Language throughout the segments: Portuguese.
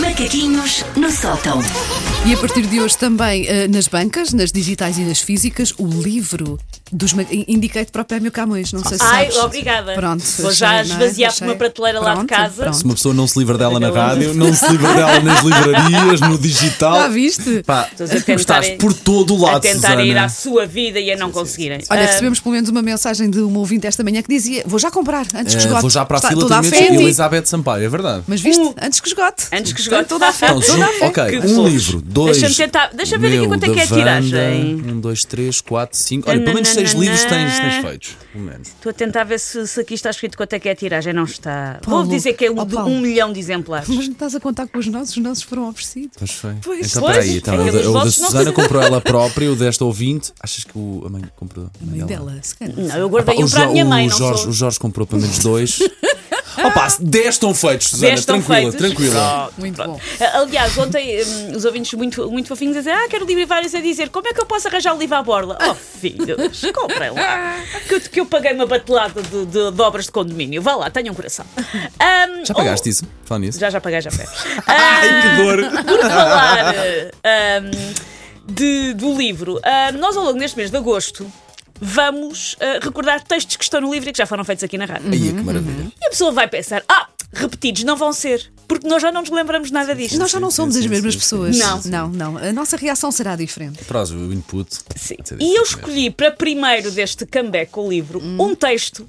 Macaquinhos no sótão. E a partir de hoje também eh, nas bancas, nas digitais e nas físicas, o livro dos. ma- in- Indiquei-te para o Prémio Camões, não sei se Ai, sabes. obrigada. Pronto. Vou já achei, não é? esvaziar por Achei. uma prateleira lá de Pronto, casa. pronto. Se uma pessoa não se livra dela na Aquela- rádio, não se livra dela nas livrarias, no digital. Já viste? Pá, a tentar- estás por todo o lado, a tentar Susana. é? Eh, ir à sua vida e a não conseguirem. Olha, Ah, recebemos pelo menos uma mensagem de uma ouvinte esta manhã que dizia: Vou já comprar antes que Eh, esgote. vou já para a Está fila toda à de fé. em mim. Elizabeth Sampaio, é verdade. Mas viste? Uh. Antes que esgote. Antes que Está esgote. toda a fé. Então, toda a ju- fé. ok, Que um pessoas. livro, dois. Deixa-me tentar- deixa-me ver aqui Meu, quanto é que da é a tiragem. Wanda, Um, dois, três, quatro, cinco. Olha, pelo menos seis Nananana. livros tens, tens feitos. Pelo menos. Estou a tentar ver se, se aqui está escrito quanto é que é a tiragem. Não está. Paulo. Vou dizer que é um, Oh, de Paulo. um milhão de exemplares. Mas não estás a contar com os nossos, os nossos foram oferecidos. Pois foi. Pois, então, pois. peraí. Então, É que o da- os o da vossos não- Susana comprou ela própria, o desta ouvinte. Achas que o, a mãe comprou? A Mãe dela, se calhar. Não, eu Pá, guardei Ah, o, um para a Jo- minha mãe, o não Jorge, sou. o Jorge comprou pelo menos dois. Opa, 10 estão feitos, Susana. Dez estão tranquila, feitos. tranquila. Pronto, Muito pronto. bom. Aliás, ontem hum, os ouvintes muito, muito fofinhos a dizer: Ah, quero livro e vários a dizer, como é que eu posso arranjar o livro à borla? Oh, filhos, comprem lá. Que, eu- que eu paguei uma batelada de, de- de obras de condomínio. Vá lá, tenham coração. Hum, Já pagaste oh, isso? Fala nisso. Já, já paguei, Ah, já paguei. Ai, que dor! por falar eh, um, de- do livro, ah, nós ao longo deste mês de agosto vamos ah, recordar textos que estão no livro e que já foram feitos aqui na rádio. Aí, que maravilha. E a pessoa vai pensar: ah, repetidos não vão ser, porque nós já não nos lembramos nada disto. Nós já não somos as sim, mesmas sim, pessoas. sim, Não. sim. Não, não. A nossa reação será diferente. Traz o input. Sim. Vai ser E eu difícil mesmo. Hum. escolhi para primeiro deste comeback com o livro um texto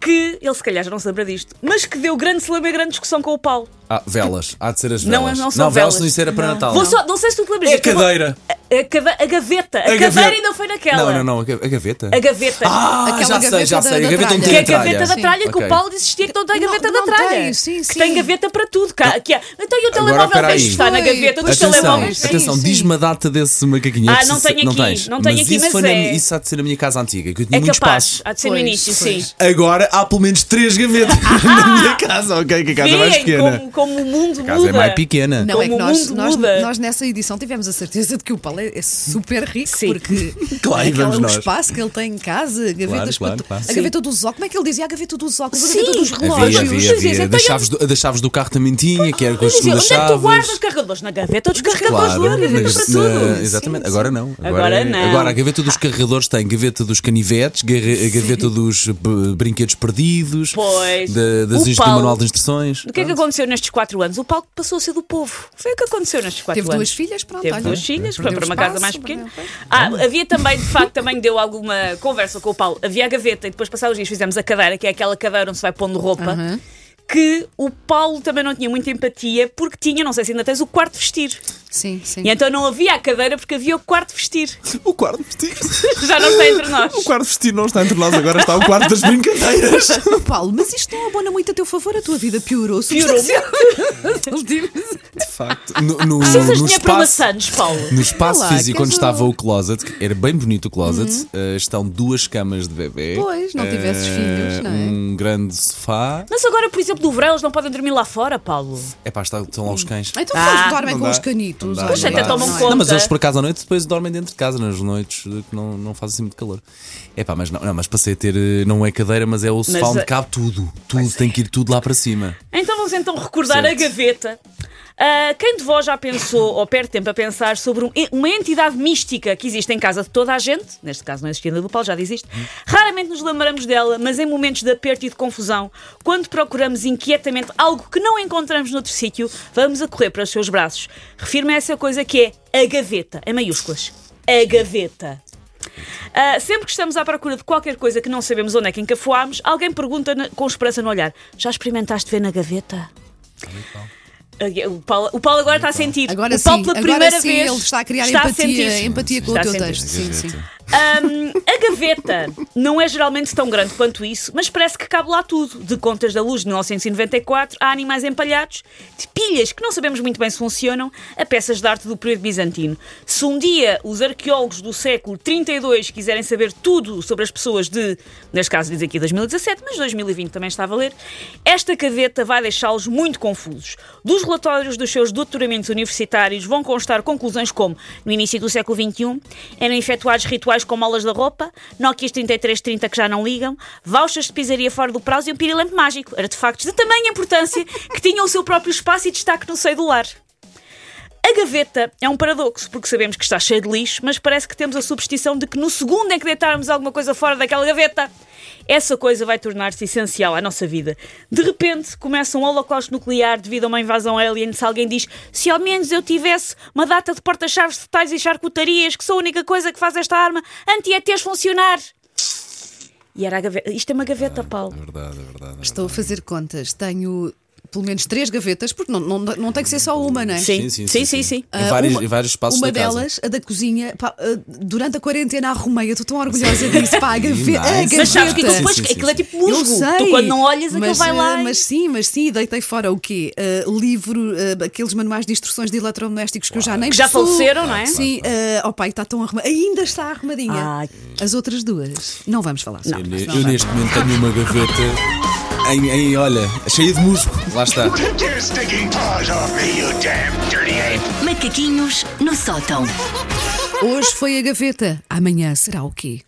que ele se calhar já não se lembra disto, mas que deu grande celebra e grande discussão com o Paulo. Ah, velas. Há de ser as Não, velas. não são velas velas. Ah, não isso era para Natal. Vou só, não sei se tu te lembras É a disto, eu vou- cadeira. A, a cave- a gaveta. A, cadeira gaveta. ainda foi naquela. Não, não, não. A ga- a gaveta. A gaveta. Ah, Aquela já sei, gaveta já da- sei. da a gaveta onde tralha. Que é tem a gaveta da Sim. tralha, que Ok. o Paulo insistia que não tem Não, gaveta não da tralha. tem, sim, que sim. tem gaveta para tudo. cá- que há- Então e o telemóvel espera deixa aí. estar na Pois. gaveta dos Atenção, telemóveis. Sim, Atenção, sim. diz-me a data desse macaquinho. É Ah, Esse- não tenho aqui, tens. não tenho mas aqui, isso mas foi na- é- isso há de ser na minha casa antiga, que eu tinha É muito capaz, espaço. há de ser no Pois, início, sim. pois. Agora há pelo menos três gavetas na minha casa, ok? Que a casa é Ah! mais Vêem pequena. como, como o mundo A casa muda. é mais pequena. Não, é Como que o nós, mundo nós, muda. nós nessa edição tivemos a certeza de que o Paulo é, é super rico, Sim. porque Claro, é aquele vamos nós. espaço que ele tem em casa, gavetas claro, para tu- claro. A Sim. gaveta dos óculos, como é que ele dizia? A gaveta dos óculos, a Sim. gaveta dos Havia, relógios. havia, Quer dizer, havia. então Das eu- chaves, do, das chaves do carro também tinha, que era com Eu as dizia, segundas onde é que tu chaves. guardas os carregadores? Na gaveta dos carregadores, Claro, não é? gaveta mas para na- tudo. exatamente, Sim, agora não. Agora é- não. Ah. Agora a gaveta dos carregadores tem gaveta dos canivetes, garre- a gaveta dos b- brinquedos perdidos, Pois. da- O das inst- do Paulo- manual de instruções. O que é que aconteceu nestes quatro anos? O Paulo passou a ser do povo. Foi o que aconteceu nestes quatro Teve anos. duas filhas, pronto, Teve olha. duas filhas, foi Perdeu para uma casa espaço, mais pequena. perdeu, Ah, havia também, de facto, também deu alguma conversa com o Paulo. Havia a gaveta e depois passados os dias fizemos a cadeira, que é aquela cadeira onde se vai pondo roupa. Aham. Que o Paulo também não tinha muita empatia porque tinha, não sei se ainda tens, o quarto de vestir. Sim, sim. E então não havia a cadeira porque havia o quarto de vestir. O quarto vestido. Já não está entre nós. O quarto vestido não está entre nós, agora está o quarto das brincadeiras. Oh, Paulo, mas isto não abona muito a teu favor, a tua vida piorou. Piorou. De facto. No, no, Precisas de no dinheiro para espaço, maçãs, Paulo. no espaço Olá, físico onde queres estava o- o closet, que era bem bonito o closet, eh, estão duas camas de bebê. Uhum. Pois, não tivesses eh, filhos, não é? Um grande sofá. Mas agora, por exemplo, do verão, eles não podem dormir lá fora, Paulo. É pá, está- estão lá os cães. Então Ah, eles dormem não com dá. os canitos. Não dá, olha, Pois, até um dá. tomam não é? conta. Não, mas eles por acaso à noite depois dormem dentro de casa, nas noites eh, que não, não faz assim muito calor. É pá, mas não, não, mas passei a ter, eh, não é cadeira, mas é o sofá Mas, é. onde eh, cabe tudo. Tudo, tem que ir tudo lá para cima. Então vamos então recordar Certo. a gaveta. Ah, quem de vós já pensou ou perde tempo a pensar sobre um- uma entidade mística que existe em casa de toda a gente, neste caso não existe ainda do Paulo, já diz isto, raramente nos lembramos dela, mas em momentos de aperto e de confusão, quando procuramos inquietamente algo que não encontramos noutro sítio, vamos a correr para os seus braços. Refirmo a essa coisa que é a gaveta, em maiúsculas. A gaveta. Ah, sempre que estamos à procura de qualquer coisa que não sabemos onde é que encafuámos, alguém pergunta na- com esperança no olhar: Já experimentaste ver na gaveta? Ah, O Paulo, o Paulo agora está a sentir. Agora o Paulo, sim, pela agora primeira sim, vez, ele está a criar está empatia, sentir. empatia com o Está a teu sentir. É texto. Sim, sim. Hum, a gaveta não é geralmente tão grande quanto isso, mas parece que cabe lá tudo. De contas da luz de 1994 a animais empalhados, de pilhas que não sabemos muito bem se funcionam, a peças de arte do período bizantino. Se um dia os arqueólogos do século 32 quiserem saber tudo sobre as pessoas de, neste caso diz aqui 2017, mas 2020 também está a valer, esta gaveta vai deixá-los muito confusos. Dos relatórios dos seus doutoramentos universitários vão constar conclusões como, no início do século XXI, um, eram efetuados rituais pessoas com molas da roupa, Nokias 3330 que já não ligam, vouchers de pizzaria fora do prazo e um pirilampo mágico, artefactos de tamanha importância que tinham o seu próprio espaço e destaque no seio do lar. A gaveta é um paradoxo, porque sabemos que está cheia de lixo, mas parece que temos a superstição de que no segundo em que deitarmos alguma coisa fora daquela gaveta, essa coisa vai tornar-se essencial à nossa vida. De repente, começa um holocausto nuclear devido a uma invasão alien. Se alguém diz, se ao menos eu tivesse uma data de porta-chaves de tais e charcutarias, que são a única coisa que faz esta arma anti-ETs funcionar. E era a gaveta. Isto é uma gaveta, Paulo. É verdade, é verdade. é Estou a fazer contas. Tenho pelo menos três gavetas, porque não, não, não tem que ser só uma, não é? Sim, sim, sim. sim. Em, Ah, vários, uma- em vários espaços Uma da casa. delas, a da cozinha, pá, ah, durante a quarentena arrumei, eu estou tão orgulhosa disso, pá, a gaveta. a Nice. Mas sabes que aquilo, Sim, gaveta. depois, sim, sim, aquilo é sim. tipo Eu musgo. sei. Tu quando não olhas, aquilo mas, vai lá. ah, e- Mas sim, mas sim, deitei fora o quê? Ah, livro, ah, aqueles manuais de instruções de eletrodomésticos que eu já nem Que já possuo. faleceram, não é? Sim, ah, oh pai, está tão arrumadinha. Ainda está arrumadinha. Ai. As outras duas, não vamos falar sobre isso, Eu, ne- não eu vamos. neste momento tenho uma gaveta em, em, olha, cheia de musgo. Lá está. Take your stinking paws off me, you damn dirty ape! Macaquinhos no sótão. Hoje foi a gaveta, amanhã será o quê?